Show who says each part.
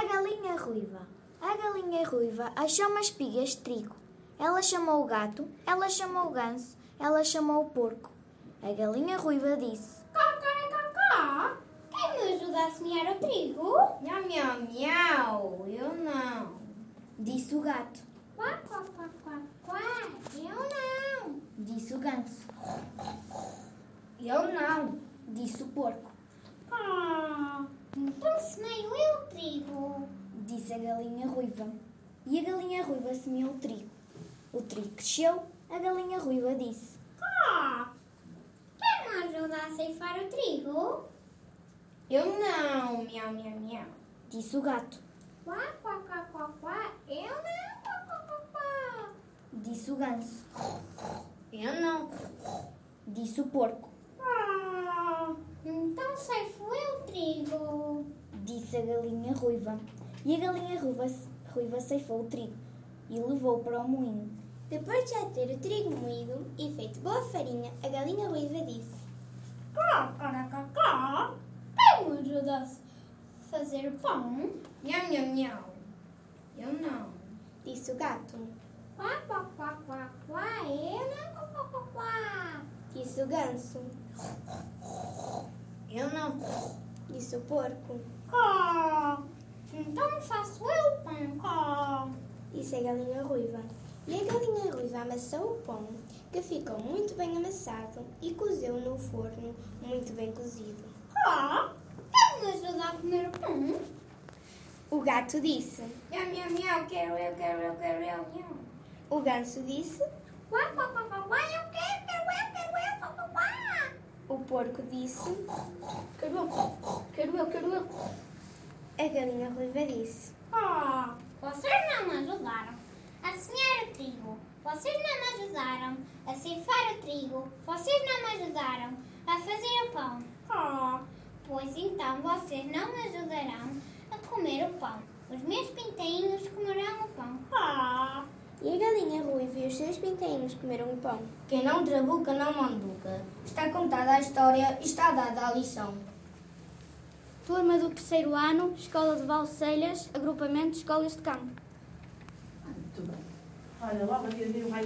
Speaker 1: galinha ruiva. A galinha ruiva achou umas espigas de trigo. Ela chamou o gato, ela chamou o ganso, ela chamou o porco. A galinha ruiva disse:
Speaker 2: Cocoricocó, quem me ajuda a semear o trigo?
Speaker 3: Miau, miau, miau, eu não.
Speaker 1: Disse o gato,
Speaker 2: Quá, quá, quá, quá, quá, eu não.
Speaker 1: disse o ganso,
Speaker 3: Eu não.
Speaker 1: disse o porco,
Speaker 2: Ah, então semeio eu o trigo.
Speaker 1: disse a galinha ruiva. E a galinha ruiva semeou o trigo. O trigo cresceu, a galinha ruiva disse:
Speaker 2: Ah, quem me ajuda a ceifar o trigo?
Speaker 3: Eu não, miau, miau, miau.
Speaker 1: Disse o gato,
Speaker 2: Quá, quá, quá, quá, quá, eu não. Quá, quá, quá, quá.
Speaker 1: disse o ganso,
Speaker 3: Eu não.
Speaker 1: disse o porco,
Speaker 2: Ah, então ceifo eu o trigo.
Speaker 1: disse a galinha ruiva. E a galinha ruiva, ruiva ceifou o trigo e levou para o moinho.
Speaker 2: Depois de já ter o trigo moído e feito boa farinha, a galinha ruiva disse: Cá, cá, cá, cá, quem me ajuda a fazer pão?
Speaker 3: Miau, miau, miau. Eu não.
Speaker 2: Disse o gato. Quá, quá, quá, quá, quá, eu não, quá, quá, quá, quá. Disse o ganso.
Speaker 3: Eu não.
Speaker 2: Disse o porco. Cá, então faço eu o pão, cá. Disse a galinha ruiva. E a galinha ruiva amassou o pão, que ficou muito bem amassado, e cozeu no forno, muito bem cozido. Cá, quem me ajuda a comer o pão? O gato disse.
Speaker 3: Miau, miau, miau, quero eu, quero eu, quero eu, miau.
Speaker 2: O ganso disse: Quá, quá, quá, quá, quá, eu quero, quero, eu quero, eu, quá, quá, quá. O porco disse:
Speaker 3: Quero eu, quero eu, quero eu.
Speaker 2: A galinha ruiva disse: Oh, vocês não me ajudaram a semear o trigo. Vocês não me ajudaram a ceifar o trigo. Vocês não me ajudaram a fazer o pão. Oh, pois então vocês não me ajudarão a comer o pão. Os meus pintainhos comerão o pão. Oh. E a galinha ruiva e os seus pintainhos comeram o pão.
Speaker 3: Quem não trabuca, não manduca. Está contada a história e está dada a lição.
Speaker 4: Turma do terceiro ano, Escola de Valselhas, Agrupamento de Escolas de Campo.
Speaker 5: Muito bem. Olha, logo a dia mais